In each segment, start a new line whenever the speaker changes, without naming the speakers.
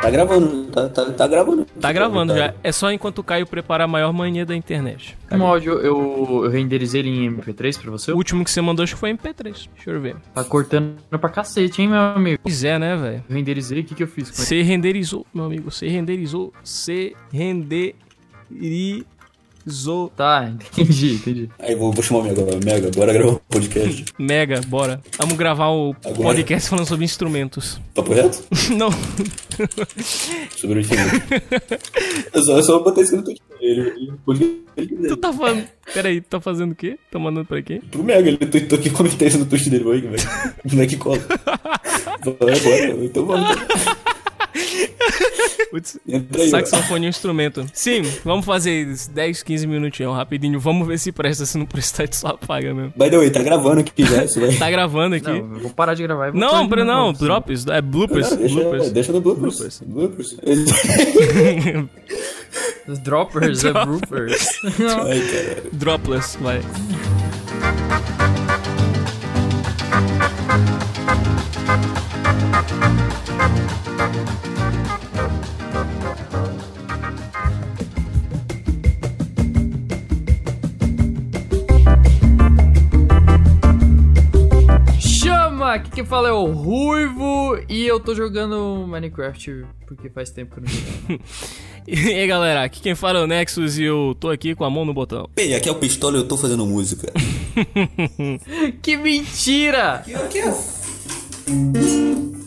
Tá gravando, tá, tá, tá gravando.
Tá gravando já. É só enquanto o Caio prepara a maior mania da internet.
Um áudio, eu, eu renderizei ele em MP3 pra você?
O último que você mandou acho que foi MP3. Deixa eu ver.
Tá cortando pra cacete, hein, meu amigo?
Pois é, né, velho?
Eu renderizei, o que, que eu fiz com ele?
Você renderizou, meu amigo. Você renderizou. Você renderizou.
Tá, entendi, entendi.
Aí vou, vou chamar o Mega, vai, Mega, bora gravar o podcast.
Mega, bora. Vamos gravar o
Agora.
podcast falando sobre instrumentos.
Papo reto?
Não,
Sobre o infinito. eu, só, eu só botei isso no Twitter. Ele, ele, ele,
tu
ele, é
tá falando. Peraí, tu tá fazendo o quê? Tá mandando pra quê?
pro Mega, ele tweetou que comentei isso no tweet dele, vai, velho. Moleque cola. Vai, bora, então vamos.
Putz,
Entra aí, ó.
Saxofone e instrumento. Sim, vamos fazer 10, 15 minutinhos rapidinho. Vamos ver se presta. Se não prestar, tu só apaga mesmo.
By the way, tá gravando aqui já, isso vai.
Tá gravando aqui.
Não, eu vou parar de gravar e vou
Não,
fazer
Bruno,
de
não.
novo.
Drops, é bloopers.
Cara, deixa,
bloopers.
deixa no bloopers. Bloopers.
Os droppers, é bloopers.
Ai, cara.
Dropless, vai.
Chama! Aqui quem fala é o Ruivo e eu tô jogando Minecraft porque faz tempo que eu não jogo.
E aí, galera, aqui quem fala é o Nexus e eu tô aqui com a mão no botão.
Bem, aqui é o Pistola e eu tô fazendo música.
Que mentira!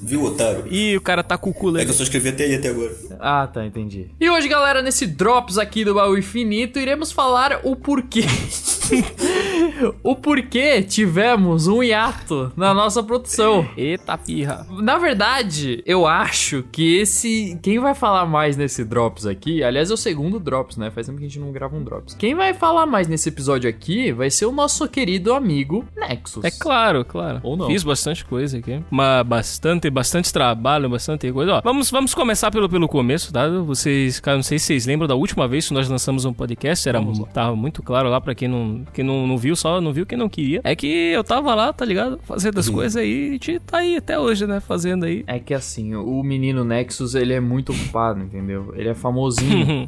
Viu, otário?
E o cara tá com o cu
É que
leve.
eu só escrevi até aí até agora.
Ah, tá, entendi. E hoje, galera, nesse Drops aqui do Baú Infinito, iremos falar o porquê. o porquê tivemos um hiato na nossa produção.
Eita Tá pirra.
Na verdade, eu acho que esse. Quem vai falar mais nesse Drops aqui? Aliás, é o segundo Drops, né? Faz tempo que a gente não grava um Drops. Quem vai falar mais nesse episódio aqui vai ser o nosso querido amigo Nexus.
É claro, claro.
Ou não.
Fiz bastante coisa aqui. Mas bastante, bastante trabalho, bastante coisa. Ó, vamos, vamos começar pelo, pelo começo, tá? Vocês, cara, não sei se vocês lembram da última vez que nós lançamos um podcast, era mu- tava muito claro lá pra quem não, quem não, não viu, só não viu quem não queria. É que eu tava lá, tá ligado? Fazendo as coisas aí, e a gente tá aí até hoje, né? Fazendo aí.
É que assim, o menino Nexus, ele é muito ocupado, entendeu? Ele é famosinho.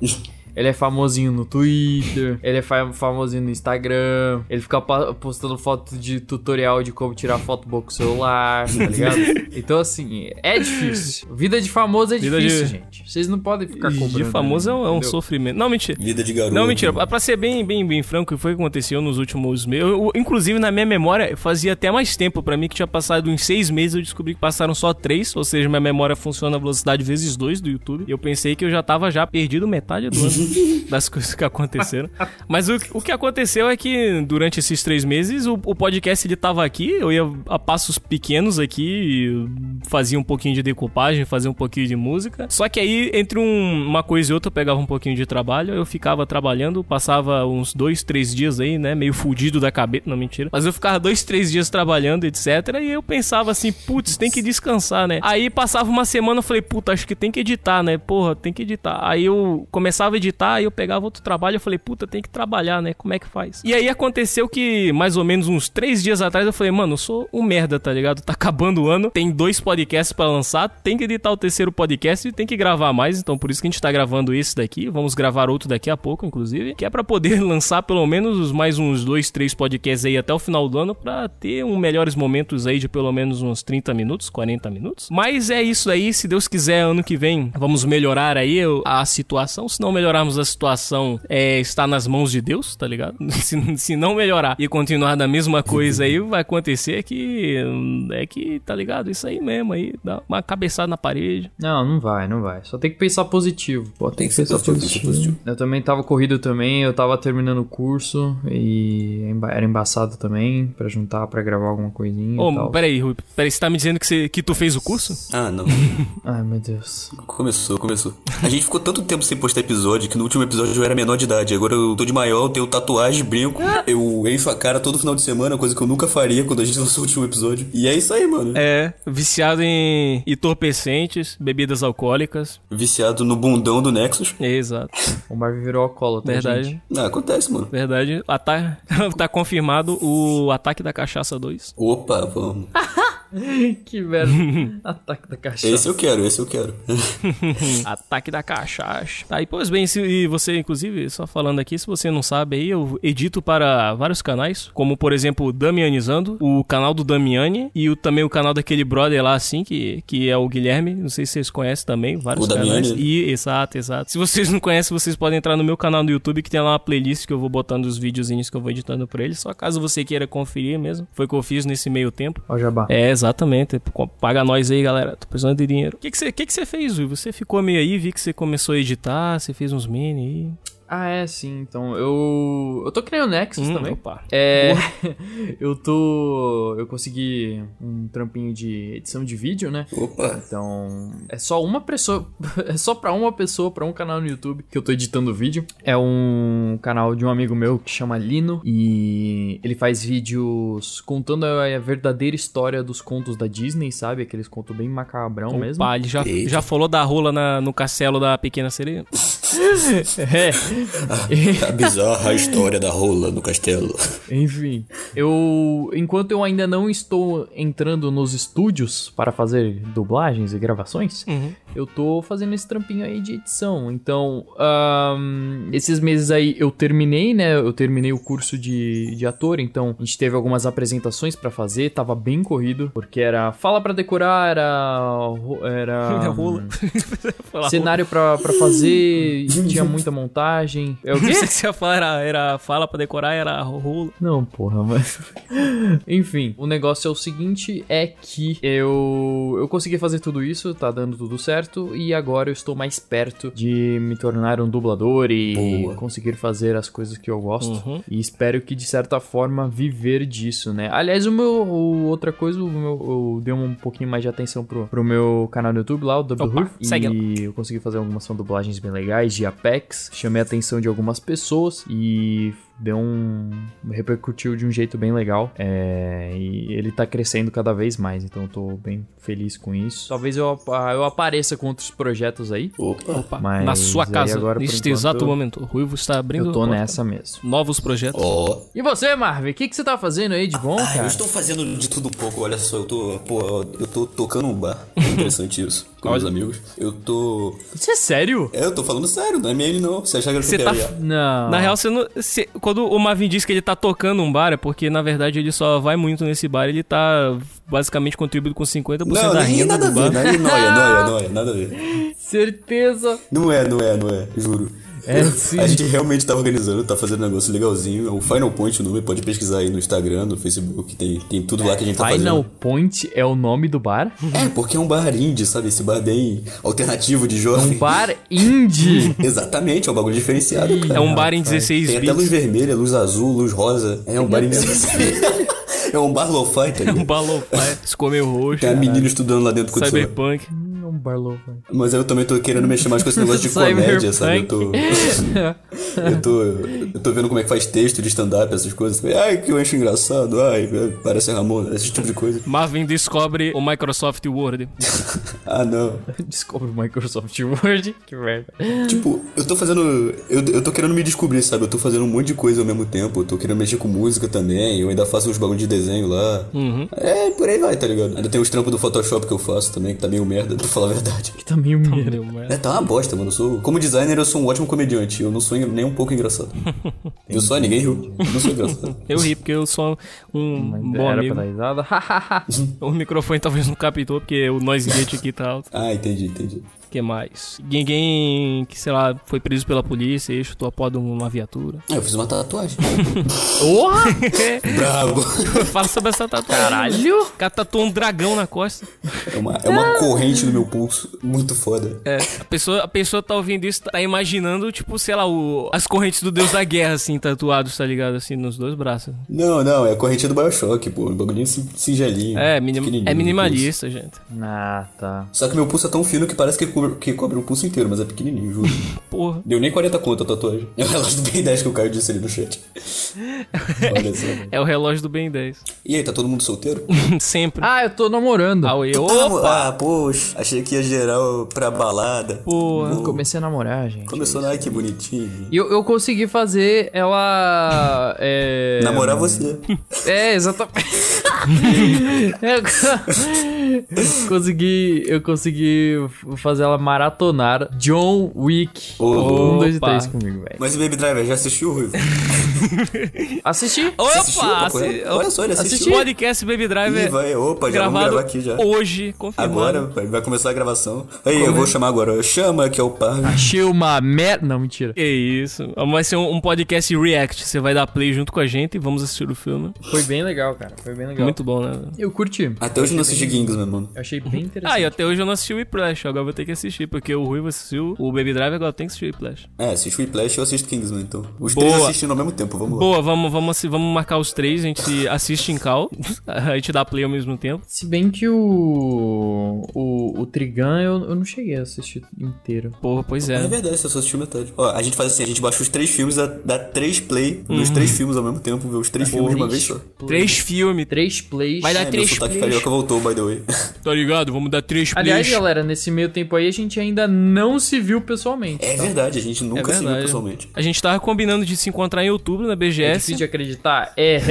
ele é famosinho no Twitter, ele é fa- famosinho no Instagram, ele fica pa- postando foto de tutorial de como tirar foto boa com o celular, tá ligado? então assim, é difícil. Vida de famoso é
Vida
difícil,
de-
gente. Vocês não podem ficar
E
cobrando.
de famoso é um, é um
entendeu?
sofrimento. Não, mentira.
Vida de garoto.
Não, mentira. Pra- Pra ser bem, bem, bem franco, foi o que aconteceu nos últimos meses. Eu- eu- Inclusive, na minha memória, eu fazia até mais tempo pra mim, que tinha passado uns seis meses, eu descobri que passaram só três, ou seja, minha memória funciona a velocidade vezes dois do YouTube. E eu pensei que eu já tava já perdido metade do ano das coisas que aconteceram. Mas o, o que aconteceu é que durante esses três meses, o, o podcast ele tava aqui, eu ia a passos pequenos aqui, e fazia um pouquinho de decupagem, fazia um pouquinho de música. Só que aí, entre um- uma coisa e outra, eu pegava um pouquinho de trabalho, eu ficava trabalhando, passava uns dois, três dias aí, né, meio fudido da cabeça, não, mentira. Mas eu ficava dois, três dias trabalhando, etc, e eu pensava assim, putz, tem que descansar, né. Aí passava uma semana, eu falei, puta, acho que tem que editar, né, porra, tem que editar. Aí eu começava a editar, aí eu pegava outro trabalho, eu falei, puta, tem que trabalhar, né, como é que faz? E aí aconteceu que, mais ou menos uns três dias atrás, eu falei, mano, eu sou um merda, tá ligado? Tá acabando o ano, tem dois podcasts pra lançar, tem que editar o terceiro podcast e tem que gravar mais, então por isso que a gente tá gravando esse daqui, vamos gravar outro daqui a pouco, inclusive, que é pra poder lançar pelo menos os- mais uns dois, três podcasts aí até o final do ano, pra ter um melhores momentos aí de pelo menos uns 30 minutos, 40 minutos. Mas é isso aí, se Deus quiser, ano que vem vamos melhorar aí o- a situação, se não melhorarmos a situação, é, está nas mãos de Deus, tá ligado? Se, se não melhorar e continuar da mesma coisa aí, vai acontecer que. hum, É que, tá ligado? Isso aí mesmo, aí dá uma cabeçada na parede.
Não, não vai, não vai. Só tem que pensar positivo. Pô, tem que pensar
positivo, tem que ser positivo.
Eu também tava corrido também, eu tava terminando o curso e emba- era embaçado também pra juntar pra gravar alguma coisinha
Ô,
e tal.
peraí, Rui, peraí, você tá me dizendo que, você, que tu fez o curso?
Ah, não.
Ai, meu Deus.
Começou, começou. A gente ficou tanto tempo sem postar episódio que no último episódio eu era menor de idade. Agora eu tô de maior, eu tenho tatuagem, brinco.
Ah!
Eu encho a cara todo final de semana, coisa que eu nunca faria quando a gente lançou o último episódio. E é isso aí, mano.
É, viciado em entorpecentes, bebidas alcoólicas.
Viciado no bundão do Nexus.
Exato,
O Marvin virou tá, alcoólatra,
verdade.
É, gente.
Ah, acontece, mano.
Verdade. Ata... tá confirmado o ataque da cachaça 2.
Opa, vamos.
que merda. Ataque da cachaça.
Esse eu quero, esse eu quero. Uhum.
Ataque da cachaça. Tá, e pois bem, se, e você, inclusive, só falando aqui, se você não sabe aí, eu edito para vários canais, como por exemplo, Damianizando, o canal do Damiani e o, também o canal daquele brother lá, assim, que, que é o Guilherme. Não sei se vocês conhecem também, vários
O
canais.
Damiani? né?
E, exato, exato. Se vocês não conhecem, vocês podem entrar no meu canal no YouTube, que tem lá uma playlist que eu vou botando os videozinhos que eu vou editando pra ele. Só caso você queira conferir mesmo. Foi o que eu fiz nesse meio tempo.
Ó, o Jabá.
É, exatamente. Co- Paga nós aí, galera. Tô precisando de dinheiro. O que que você que que você fez, Will? Você ficou meio aí, vi que você começou a editar, você fez uns mini aí.
Ah, é, sim. Então, eu. Eu tô criando Nexus
Hum,
também.
Opa.
É. eu tô. Eu consegui um trampinho de edição de vídeo, né?
Opa.
Então, é só uma pessoa, é só pra uma pessoa, pra um canal no YouTube que eu tô editando o vídeo. É um canal de um amigo meu que chama Lino e ele faz vídeos contando a a verdadeira história dos contos da Disney, sabe? Aqueles contos bem macabrão mesmo.
Opa, ele já,
Eita.
já falou da rola na- no castelo da pequena sereia?
É.
A bizarra história da rola no castelo.
Enfim, eu enquanto eu ainda não estou entrando nos estúdios para fazer dublagens e gravações,
Uhum.
eu tô fazendo esse trampinho aí de edição. Então, ahn, esses meses aí eu terminei, né? Eu terminei o curso de, de ator, então a gente teve algumas apresentações pra fazer, tava bem corrido, porque era fala pra decorar, era ro- era
rola. Falar
cenário pra pra fazer, e tinha muita montagem. É o
rola.
quê?
Não sei se ia falar, era, era fala pra decorar, era rola.
Não, porra, mas. Enfim, o negócio é o seguinte: é que eu. Eu consegui fazer tudo isso, tá dando tudo certo, e agora eu estou mais perto de me tornar um dublador e
Boa.
conseguir fazer as coisas que eu gosto.
Uhum.
E espero que, de certa forma, viver disso, né? Aliás, o meu. o- outra coisa, o meu, eu dei um pouquinho mais de atenção pro, pro meu canal no YouTube lá, o Double
Opa,
Hoof,
segue lá.
E eu consegui fazer algumas são dublagens bem legais de Apex. Chamei a atenção de algumas pessoas e deu um. repercutiu de um jeito bem legal. É, e ele tá crescendo cada vez mais, então eu tô bem feliz com isso. Talvez eu, apa- eu apareça com outros projetos aí.
Opa.
Opa,
Mas
na sua
aí
casa,
agora, por
neste
enquanto,
exato momento. O Ruivo está abrindo
Eu tô
a porta.
nessa mesmo.
novos projetos.
Ó.
E você, Marvin, o que, que você tá fazendo aí de bom,
Ah, eu
cara?
estou fazendo de tudo um pouco, olha só, eu tô, pô, eu tô tocando um bar. É interessante isso, com meus amigos. Eu tô.
Isso é sério?
É, eu tô falando sério, não é meme não. Você acha que eu
Você
quero
tá
olhar?
Não.
Na real, você não, você- quando o Marvin diz que ele tá tocando um bar, é porque na verdade ele só vai muito nesse bar, ele tá basicamente contribuindo com 50%
Não, é
da
tá
nem
renda
nada a
do
ver,
bar.
nada, noia, noia, noia, nada a ver.
certeza.
Não é, não é, não é, juro.
É sim.
A gente realmente tá organizando, tá fazendo um negócio legalzinho. O Final Point, o nome, pode pesquisar aí no Instagram, no Facebook, tem, tem tudo lá que a gente tá fazendo.
Final Point é o nome do bar?
É, porque é um bar indie, sabe? Esse bar bem alternativo de jovem.
Um bar indie.
Exatamente, é um bagulho diferenciado, cara.
É um bar em 16
Tem até
bits.
luz vermelha, luz azul, luz rosa. É um bar em 16 É um bar lo-fi, tá
Um
ligado?
balofai, ficou meio roxo,
Tem a menina estudando lá dentro com o celular.
cyberpunk.
Hum, é um bar louco.
Mas eu também tô querendo mexer mais com esse negócio de comédia, sabe? Eu tô. eu tô. Eu tô vendo como é que faz texto de stand-up, essas coisas. Ai, que eu acho engraçado. Ai, parece Ramon, esse tipo de coisa.
Marvin descobre o Microsoft Word.
Ah, não.
Descobre o Microsoft Word. Que merda.
Tipo, eu tô fazendo. Eu, eu tô querendo me descobrir, sabe? Eu tô fazendo um monte de coisa ao mesmo tempo. Eu tô querendo mexer com música também. Eu ainda faço uns bagulho de desenho lá. É, por aí vai, tá ligado? Ainda tem os trampos do Photoshop que eu faço também, que tá meio merda, pra falar a verdade.
Que tá meio merda.
Meu merda.
É, tá uma bosta, mano. Eu sou, como designer, eu sou um ótimo comediante. Eu não sou engra- nem um pouco engraçado. eu só, ninguém riu. Eu não sou engraçado.
Eu ri, porque eu sou um bom
Era
amigo.
pra dar risada.
O microfone talvez não captou, porque o noise gate aqui tá alto.
Ah, entendi, entendi.
O que mais? Ninguém que, sei lá, foi preso pela polícia e chutou a pó de uma viatura.
Ah, eu fiz uma tatuagem.
Porra!
Brabo.
Fala sobre essa tatuagem.
Caralho!
O cara tatuou um dragão na costa.
É uma, é uma corrente no meu pulso. Muito foda.
É, a pessoa, a pessoa tá ouvindo isso, tá imaginando, tipo, sei lá, o, as correntes do deus da guerra, assim, tatuados, tá ligado? Assim, nos dois braços.
Não, não, é a corrente do Bioshock, pô. Um bagulhinho sin- singelinho.
É, minim-
pequenininho, no
é
pulso.
minimalista, gente.
Ah, tá.
Só que meu pulso é tão fino que parece que cobre, que cobre o pulso inteiro, mas é pequenininho, juro.
Porra.
Deu nem 40 conto a tatuagem. É o relógio do Ben 10 que o Caio disse ali no chat. Olha só.
É o relógio do Ben 10.
E aí, tá todo mundo solteiro?
Sempre.
Ah, eu tô namorando.
Auê,
Ah,
opa!
Ah, poxa. Achei que que ia geral pra balada.
Porra.
Pô,
Comecei a namorar, gente.
Começou na que bonitinho.
E eu, eu consegui fazer ela. é,
Namorar você.
É, exatamente. eu, co- consegui, eu consegui fazer ela maratonar John Wick.
Ô.
Um, dois e
Opa.
três comigo, velho.
Mas o Baby Driver já assistiu, Ruivo?
É
Assisti.
Assistiu
Opa!
alguma coisa?
assi-
Olha só, ele
Assistiu
assistiu.
o podcast Baby
Ih,
Driver
vai, opa, já vamos
gravado
gravar aqui já.
hoje, confirmado.
Agora vai vai começar a gravação. Aí, eu vou chamar agora. Chama que é o Parvo.
Achei uma merda. Não, mentira.
Que isso. Vai ser um, um podcast react. Você vai dar play junto com a gente e vamos assistir o filme.
Foi bem legal, cara. Foi bem legal.
Muito bom, né?
Eu curti.
Até hoje eu não assisti Gingos, meu mano.
Eu achei bem interessante.
Ah, e até hoje eu não assisti o Whiplash, agora eu vou ter que assistir, porque o Ruivo assistiu o Baby Driver, agora eu tenho que assistir o Whiplash.
É, assisto Whiplash e eu assisto Kingsman, então. Os
Boa.
três assistindo ao mesmo tempo, vamos lá.
Boa, vamos, vamos, assi- vamos marcar os três, a gente assiste em cal, a gente dá play ao mesmo tempo.
Se bem que o. O, o Trigun eu, eu não cheguei a assistir inteiro.
Porra, pois
É
é.
verdade, se eu só assisti metade. Ó, a gente faz assim, a gente baixa os três filmes, dá, dá três play nos
Uhum.
três filmes ao mesmo tempo, vê os três filmes de uma vez só.
Três filmes,
Três plays.
Vai dar
É, um meu
três
sotaque
plays.
carioca voltou, by the way.
tá ligado? Vamos dar três plays.
Aliás, galera, nesse meio tempo aí a gente ainda não se viu pessoalmente.
É verdade, a gente nunca se viu
verdade.
pessoalmente.
a gente tava combinando de se encontrar em outubro na
É
BGS,
difícil de acreditar? É.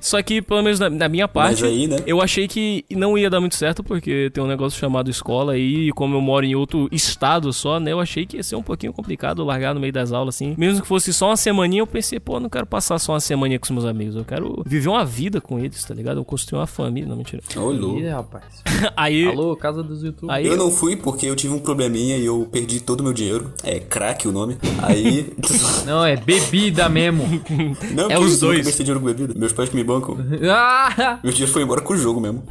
só que pelo menos da, da minha parte,
Mas aí, né?
eu achei que não ia dar muito certo, porque tem um negócio chamado escola aí, e como eu moro em outro estado só, né? Eu achei que ia ser um pouquinho complicado largar no meio das aulas, assim. Mesmo que fosse só uma semaninha, eu pensei, pô, eu não quero passar só uma semaninha com os meus amigos, eu quero viver uma vida com eles, tá ligado? Eu construir uma família, não, mentira.
Ô, louco.
Ih, rapaz.
Aí...
Alô, casa dos youtubers.
Aí
Eu não fui porque eu tive um probleminha e eu perdi todo o meu dinheiro. É crack o nome. Aí.
Não, é bebida mesmo.
Não,
É
porque eu
os
nunca
dois.
gastei dinheiro com bebida. Meus pais que me bancam.
ah!
Meu dinheiro foi embora com o jogo mesmo.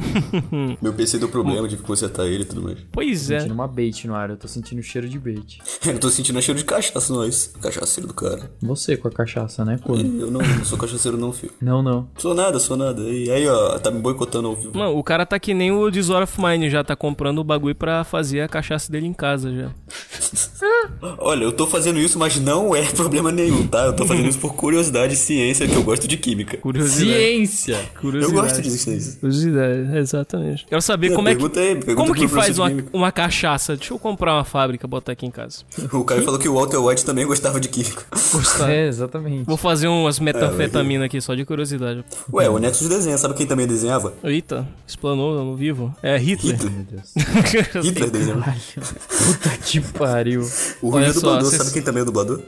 meu PC deu problema, tive que consertar ele e tudo mais.
Pois é.
Sentindo uma bait no ar, eu tô sentindo o cheiro de bait.
Eu tô sentindo cheiro de cachaça, não é isso? Cachaceiro do cara.
Você com a cachaça, né, Cor?
Eu não, não sou cachaceiro, não, filho.
Não, não.
Sou nada, sou nada. E aí, ó, tá me boicotando ao vivo.
Mano, o cara tá que nem o Desor of Mine, já tá comprando o bagulho pra fazer a cachaça dele em casa já.
Olha, eu tô fazendo isso, mas não é problema nenhum, tá? Eu tô fazendo isso por curiosidade e ciência, que eu gosto de química.
Curiosidade.
Ciência!
Eu
Curiosidade.
gosto disso, isso.
Curiosidade, exatamente. Quero saber como é que.
pergunta aí, pergunta
como
pro
que faz
professor
uma,
de química.
uma cachaça? Deixa eu comprar uma fábrica, botar aqui em casa.
O cara falou que o Walter White também gostava de química.
É, exatamente.
Vou fazer
É,
umas metanfetamina aqui, só de curiosidade.
Ué, o Nexus desenha, sabe quem também desenhava?
Eita, explanou ao vivo. É Hitler.
Hitler.
Meu Deus.
Hitler desenhava.
Puta que pariu.
O Rui
Olha
é
só,
dublador,
vocês- Hum.
sabe quem também é dublador?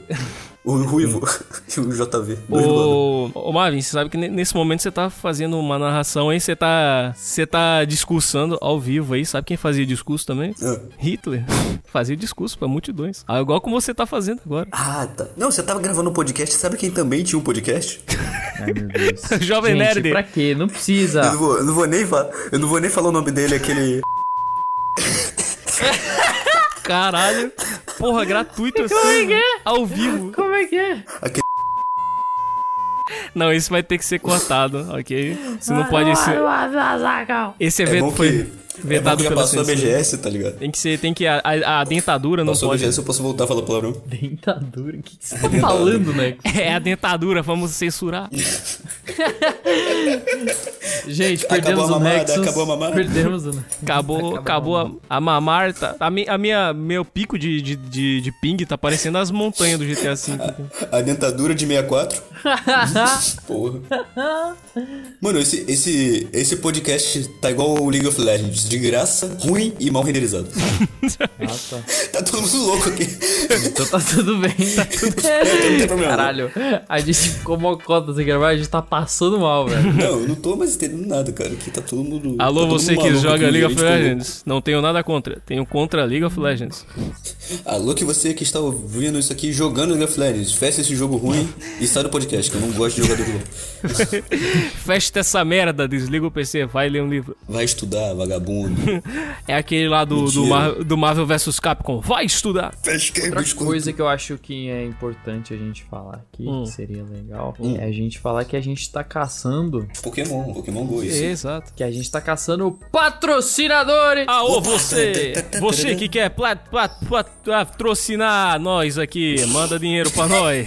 O Ruivo e o JV. dois dubladores.
Ô, ô Marvin, você sabe que ne- nesse momento você tá fazendo uma narração aí, você tá, você tá discursando ao vivo aí, sabe quem fazia discurso também?
Ah.
Hitler fazia discurso pra multidões. Ah, igual como você tá fazendo agora.
Ah, tá. Não, você tava gravando um podcast, sabe quem também tinha um podcast?
Ai, meu Deus.
Jovem
Gente,
Nerd.
pra quê? Não precisa.
Eu, não vou, eu não vou nem falar, eu não vou nem falar o nome dele, aquele.
Caralho. Porra, gratuito assim. Ao vivo.
é Como é que é?
Não, isso vai ter que ser cortado, ok? Isso não pode ser. Esse
É
evento
bom
foi
que. É bom
vetado
que já
pela
passou a
censura.
BGS, tá ligado?
Tem que ser, tem que a, a, a dentadura não
Passou a
pode.
BGS, eu posso voltar a falar palavrão.
Dentadura? O que, que você tá falando, né?
É a dentadura, vamos censurar.
Gente,
Acabou
perdemos
a mamada,
o Nexus.
acabou a mamada.
Perdemos o Nexus.
Acabou, acabou a, a mamar, tá? A, mi- a minha, meu pico de, de, de, de ping tá parecendo as montanhas do GTA V.
A dentadura de 64. Porra. Mano, esse, esse, esse podcast tá igual o League of Legends. De graça, ruim e mal renderizado. tá todo mundo louco aqui.
Então tá tudo bem.
tem problema.
Caralho, a gente ficou mocota sem gravar, a gente tá passando mal, velho.
Não, eu não tô mais entendendo nada, cara. Aqui tá todo mundo. tá
Alô,
todo
você
mundo
que
maluco
joga
aqui,
League of
gente, tá todo mundo-
Legends, não tenho nada contra. Tenho contra League
Hum.
of Legends.
Alô, que você que está ouvindo isso aqui jogando League of Legends. Fecha esse jogo ruim e sai do podcast, que eu não gosto de jogador ruim.
Fecha essa merda, desliga o PC, vai ler um livro.
Vai estudar, vagabundo.
É aquele lá do, do,
Mentira.
Mar- do Marvel vs Capcom. Vai estudar!
Fecha que é
Outra
biscoito.
coisa que eu acho que é importante a gente falar aqui, que seria legal,
Hum.
é a gente falar que a gente tá caçando,
Pokémon, Pokémon Go, isso.
Exato.
que a gente tá caçando patrocinadores.
Aô, você! Você que quer plat- plat- plat- patrocinar nós aqui, manda dinheiro pra nós.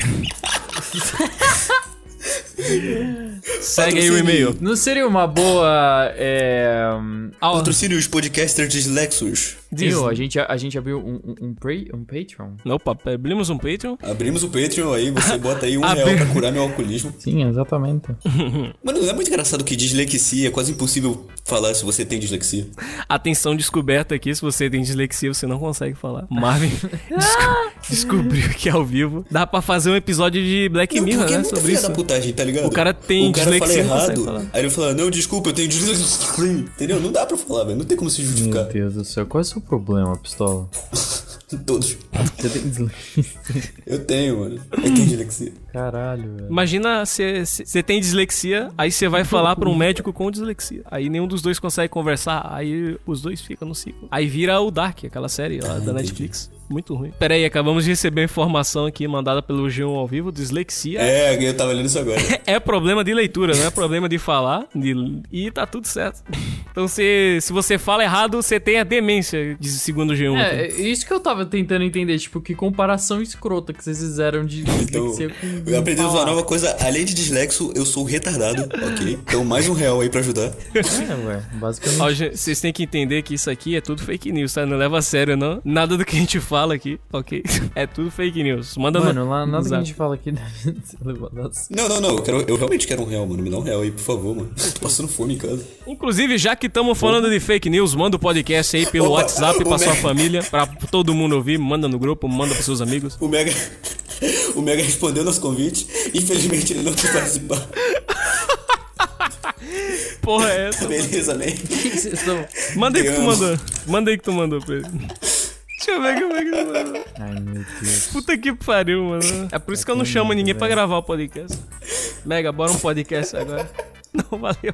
Segue aí o e-mail.
Não seria uma boa. É... ah,
Patrocine os podcasters dislexos.
Diz-
viu, a, gente, a gente abriu um, um, um, pre- um Patreon.
Opa, abrimos um Patreon.
Abrimos o Patreon aí, você bota aí um
Abri-
real pra curar meu alcoolismo.
Sim, exatamente.
Mano, não é muito engraçado que dislexia é quase impossível falar se você tem dislexia.
Atenção descoberta aqui, se você tem dislexia, você não consegue falar. Marvin desco- descobriu que é ao vivo dá pra fazer um episódio de Black
Não,
Mirror,
porque é
né,
muita
sobre
filha
isso.
da putagem, tá ligado?
O cara tem
o cara fala
dislexia, não consegue
errado,
falar.
aí ele fala, não, desculpa, eu tenho dislexia. Entendeu? Não dá pra falar, velho. Não tem como se
Meu
justificar.
Hum,
Deus do céu, qual é o seu problema, pistola?
Todos.
Você tem dislexia.
Eu tenho, mano. Eu tenho dislexia.
Caralho, velho.
Imagina você tem dislexia, aí você vai falar pra um médico com dislexia. Aí nenhum dos dois consegue conversar, aí os dois ficam no ciclo. Aí vira o Dark, aquela série
Ah,
lá da Netflix. Muito ruim. Pera aí, acabamos de receber a informação aqui mandada pelo G1 ao vivo, dislexia.
É, eu tava lendo isso agora.
É problema de leitura, não é problema de falar. de- E tá tudo certo. Então, se, se você fala errado, você tem a demência, diz segundo um o G1.
É, isso que eu tava tentando entender, tipo, que comparação escrota que vocês fizeram de
Então,
dislexia com.
eu aprendi uma
falar.
nova coisa. Além de dislexo, eu sou retardado, ok? Então, mais um real aí pra ajudar.
É, ué, basicamente.
Ó, gente, vocês têm que entender que isso aqui é tudo fake news, tá? Não leva a sério, não. Nada do que a gente fala aqui, ok? É tudo fake news. Manda no-
Mano, lá,
no
nada que a
zap.
gente fala aqui deve ser levado a sério.
Não, não, não. Eu, quero- eu realmente quero um real, mano. Me dá um real aí, por favor, mano. Tô passando fome em casa.
Inclusive, já que estamos falando de fake news, manda o podcast aí pelo
Opa,
WhatsApp pra
o
sua
me-
família, pra todo mundo ouvir. Manda no grupo, manda pros seus amigos.
O Mega... O Mega respondeu nosso convite. Infelizmente, ele não quis participar.
Porra, é essa?
Beleza, né?
O que que vocês estão.
Manda aí que tu
Eu-
mandou. Manda aí que tu mandou pra ele. Deixa eu ver como é que tu mandou.
Ai, meu Deus.
Puta que pariu, mano. É por isso que eu não chamo ninguém pra gravar o podcast. Mega, bora um podcast agora. Não, valeu.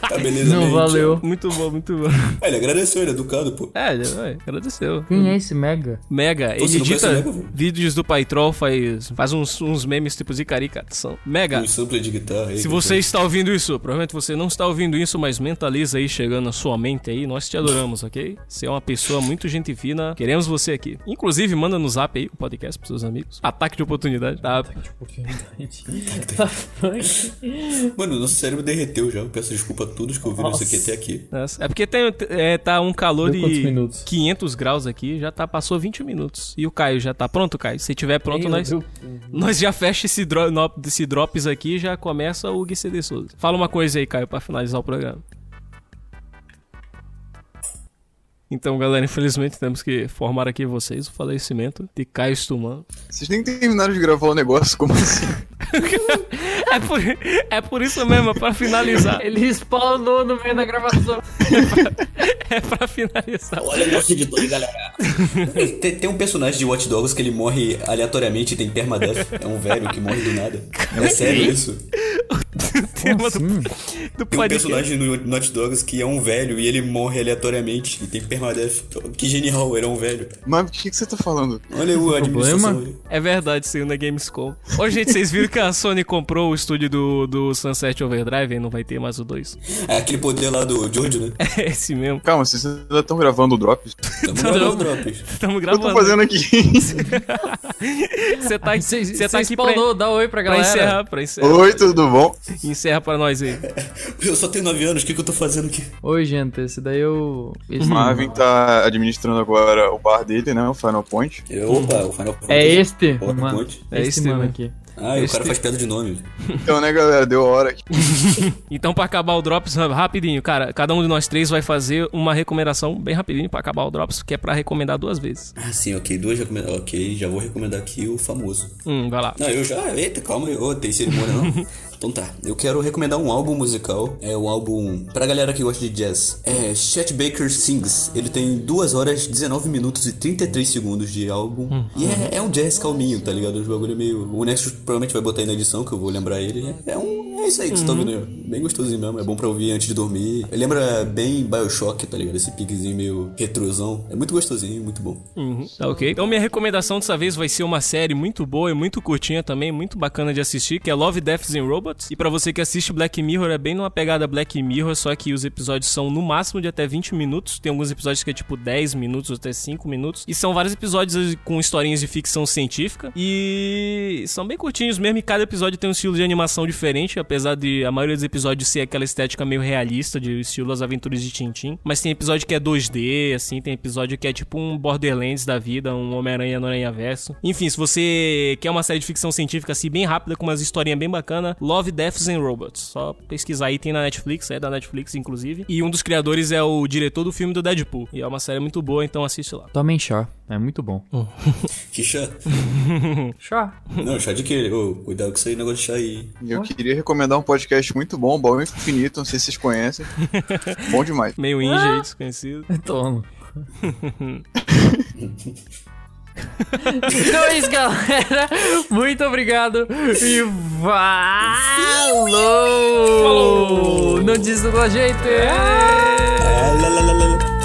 Tá beleza,
Não
né?
valeu.
Muito bom, muito bom.
Ah, Ele agradeceu, ele é educado, pô.
É, é, agradeceu.
Quem é esse Mega?
Mega, ele
você não
edita
conhece o Mega, velho?
vídeos do Paitrol, faz, faz uns, uns memes tipo de caricação. Mega,
Um sample de um guitarra aí.
se
cara.
você está ouvindo isso, provavelmente você não está ouvindo isso, mas mentaliza aí chegando na sua mente aí, nós te adoramos, ok? Você é uma pessoa muito gente fina, queremos você aqui. Inclusive, manda no zap aí o podcast pros seus amigos. Ataque de oportunidade, tá?
Oportunidade. Tá funk.
Mano, nosso cérebro derreteu já. Eu peço desculpa a todos que ouviram isso aqui
Nossa.
até aqui.
Nossa, É porque tem, é, tá um calor
Deu quantos
de
minutos?
500 graus aqui, já tá passou 20 minutos. E o Caio já tá pronto, Caio? Se tiver pronto,
Meu
nós,
Deus.
nós já fecha esse, dro no- esse drops aqui e já começa o GCD Souza. Fala uma coisa aí, Caio, pra finalizar o programa. Então, galera, infelizmente temos que formar aqui vocês o falecimento de Caio Stuman.
Vocês nem terminaram de gravar o negócio, como assim?
É por, é por isso mesmo, é pra finalizar.
Ele spawnou no meio da gravação.
É pra finalizar.
Olha o nosso editor, galera. tem, tem um personagem de Watch Dogs que ele morre aleatoriamente e tem permadeath. É um velho que morre do nada. É sério isso?
O tema do,
assim?
do
Tem um
podcast.
personagem no no Watch Dogs que é um velho e ele morre aleatoriamente e tem permadeath. Que genial, era um velho.
Mas o que, que você tá falando?
Olha o administração.
Problema?
É verdade, saiu na Gamescom. Ô, gente, vocês viram que a Sony comprou o estúdio do, do Sunset Overdrive e não vai ter mais o 2?
É aquele poder lá do Jojo, né?
É esse mesmo.
Calma, vocês ainda estão gravando o Drops?
Tamo gravando drops.
Estamos
Eu tô
gravando.
fazendo aqui.
Você tá,
Você
você tá aqui pra,
spawnou, dá oi
pra
pra galera.
encerrar, pra encerrar.
Oi, tudo bom?
Encerra pra nós aí.
Eu só tenho 9 anos, o que, que eu tô fazendo aqui?
Oi, gente, esse daí eu. Esse...
Marvin tá administrando agora o bar dele, né? O Final Point.
Eu, opa, o Final Fantasy.
É este,
Bora,
mano.
ponte.
É
Esse,
este
mano
mesmo.
aqui.
Ah, e o
Este-
cara faz piada de nome.
Então, né, galera? Deu a hora aqui.
Então, pra acabar o Drops, rapidinho, cara, cada um de nós três vai fazer uma recomendação bem rapidinho pra acabar o Drops, que é pra recomendar duas vezes.
Ah, sim, ok. Duas recomendações. Ok, já vou recomendar aqui o famoso.
Hum, vai lá.
Não, eu já. Eita, calma, eu tem cerimônia não. então tá. Eu quero recomendar um álbum musical. É um álbum pra galera que gosta de jazz. É Chet Baker Sings. Ele tem 2 horas, 19 minutos e 33 segundos de álbum. E é, é um jazz calminho, tá ligado? Os bagulho é meio. O Nexus provavelmente vai botar aí na edição, que eu vou lembrar ele. É, é um. É isso aí que você tá ouvindo aí. ó. bem gostosinho mesmo. É bom pra ouvir antes de dormir. Lembra bem Bioshock, tá ligado? Esse piquezinho meio retrosão. É muito gostosinho, muito bom.
Tá ok. Então minha recomendação dessa vez vai ser uma série muito boa e muito curtinha também, muito bacana de assistir, que é Love, Deaths and Robots. E pra você que assiste Black Mirror, é bem numa pegada Black Mirror, só que os episódios são no máximo de até 20 minutos. Tem alguns episódios que é tipo 10 minutos, até 5 minutos. E são vários episódios eh, com historinhas de ficção científica. E são bem curtinhos mesmo, e cada episódio tem um estilo de animação diferente, apesar de a maioria dos episódios ser aquela estética meio realista, de estilo As Aventuras de Tintim. Mas tem episódio que é 2D, assim, tem episódio que é tipo um Borderlands da vida, um Homem-Aranha no Aranha Verso. Enfim, se você quer uma série de ficção científica assim, bem rápida, com umas historinhas bem bacana, Love, Deaths and Robots. Só pesquisar aí, tem na Netflix, é da Netflix, inclusive. E um dos criadores é o diretor do filme do Deadpool. E é uma série muito boa, então assiste lá.
Tomem chá. É muito bom.
Hum.
Que chá?
Chá.
Não, chá de quê? Ô, cuidado com esse negócio de chá aí. hein?
E eu queria recomendar um podcast muito bom, Baú Infinito, não sei se vocês conhecem. bom demais.
Meio ninja aí, desconhecido.
Tomo. então é isso, galera. Muito obrigado e falou! Não desista da gente! É.
Ah, lá, lá, lá, lá, lá.